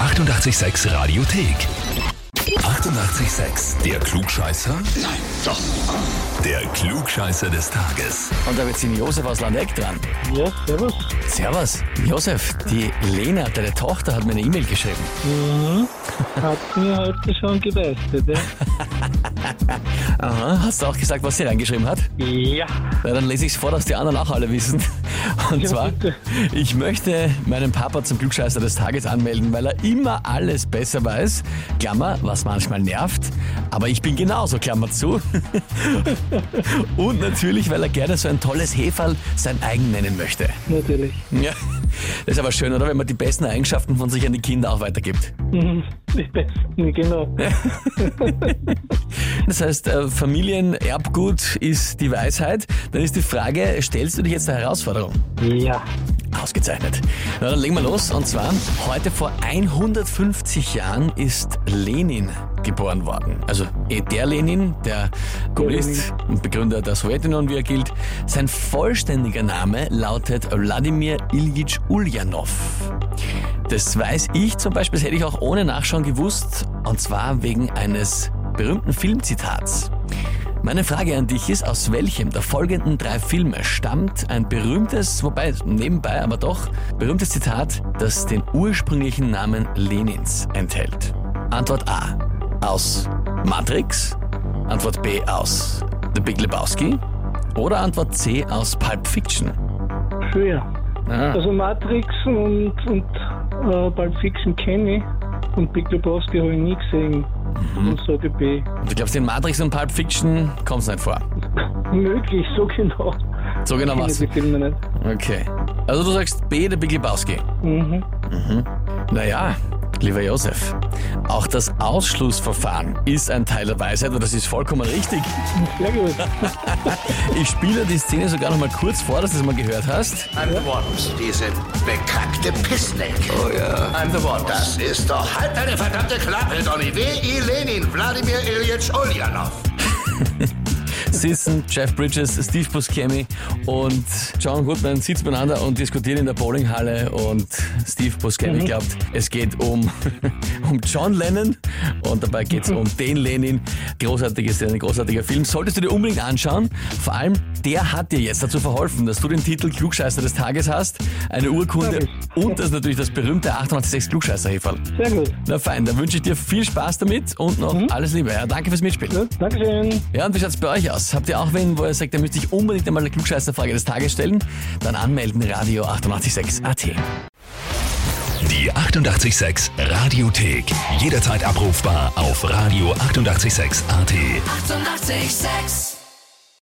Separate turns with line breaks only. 886 Radiothek. 88,6. Der Klugscheißer? Nein, doch. Der Klugscheißer des Tages.
Und da wird sie Josef aus Landeck dran.
Ja, servus.
Servus. Josef, die Lena, deine Tochter, hat mir eine E-Mail geschrieben.
Hat mir heute schon gebeichtet, ja?
Aha, hast du auch gesagt, was sie reingeschrieben hat?
Ja.
Na, dann lese ich es vor, dass die anderen auch alle wissen. Und
Ja,
zwar,
bitte.
ich möchte meinen Papa zum Glückscheißer des Tages anmelden, weil er immer alles besser weiß. Klammer, was manchmal nervt. Aber ich bin genauso, Klammer zu. Und natürlich, weil er gerne so ein tolles Heferl sein eigen nennen möchte.
Natürlich.
Ja, das ist aber schön, oder? Wenn man die besten Eigenschaften von sich an die Kinder auch weitergibt.
Mhm, Die besten, genau.
Das heißt, äh, Familienerbgut ist die Weisheit. Dann ist die Frage, stellst du dich jetzt der Herausforderung?
Ja.
Ausgezeichnet. Na, dann legen wir los. Und zwar, heute vor 150 Jahren ist Lenin geboren worden. Also eh der Lenin, der Kommunist und Begründer der Sowjetunion, wie er gilt. Sein vollständiger Name lautet Wladimir Ilyich Ulyanov. Das weiß ich zum Beispiel, das hätte ich auch ohne Nachschauen gewusst. Und zwar wegen eines berühmten Filmzitats. Meine Frage an dich ist, aus welchem der folgenden drei Filme stammt ein berühmtes, wobei nebenbei aber doch, berühmtes Zitat, das den ursprünglichen Namen Lenins enthält? Antwort A. Aus Matrix. Antwort B. Aus The Big Lebowski. Oder Antwort C. Aus Pulp Fiction.
Schwer. Also Matrix und, und äh, Pulp Fiction kenne ich und Big Lebowski habe ich nie gesehen. Und sage B.
Und du glaubst, in Matrix und Pulp Fiction kommt es nicht vor.
Möglich, so genau.
So genau
Kenne
was.
die Filme nicht.
Okay. Also du sagst B. The Big Lebowski.
Mhm.
Naja, lieber Josef, auch das Ausschlussverfahren ist ein Teil der Weisheit und das ist vollkommen richtig.
Sehr gut.
Ich spiele die Szene sogar noch mal kurz vor, dass du es mal gehört hast.
I'm the one. Diese bekackte Pissneck. Oh ja. I'm the one. Das ist doch halt deine verdammte Klappe, Donny. W.I. Lenin, Wladimir Ilyich Ulyanov.
Sissen, Jeff Bridges, Steve Buscemi und John Goodman sitzen beieinander und diskutieren in der Bowlinghalle und Steve Buscemi glaubt, es geht um, um John Lennon und dabei geht es um den Lenin. Großartig ist ein großartiger Film. Solltest du dir unbedingt anschauen. Vor allem, der hat dir jetzt dazu verholfen, dass du den Titel Klugscheißer des Tages hast, eine Urkunde
Hab ich.
und das natürlich das berühmte 886 Klugscheißer-Heferl.
Sehr gut.
Na fein, dann wünsche ich dir viel Spaß damit und noch alles Liebe. Ja, danke fürs Mitspielen.
Gut, Dankeschön.
Ja, und wie schaut's bei euch aus? Habt ihr auch wen, wo ihr sagt, ihr müsst euch unbedingt einmal eine Klugscheißerfrage des Tages stellen? Dann anmelden, Radio 886 AT.
Die 88,6 Radiothek. Jederzeit abrufbar auf radio886.at. 88,6.
Eighty-eight, sex.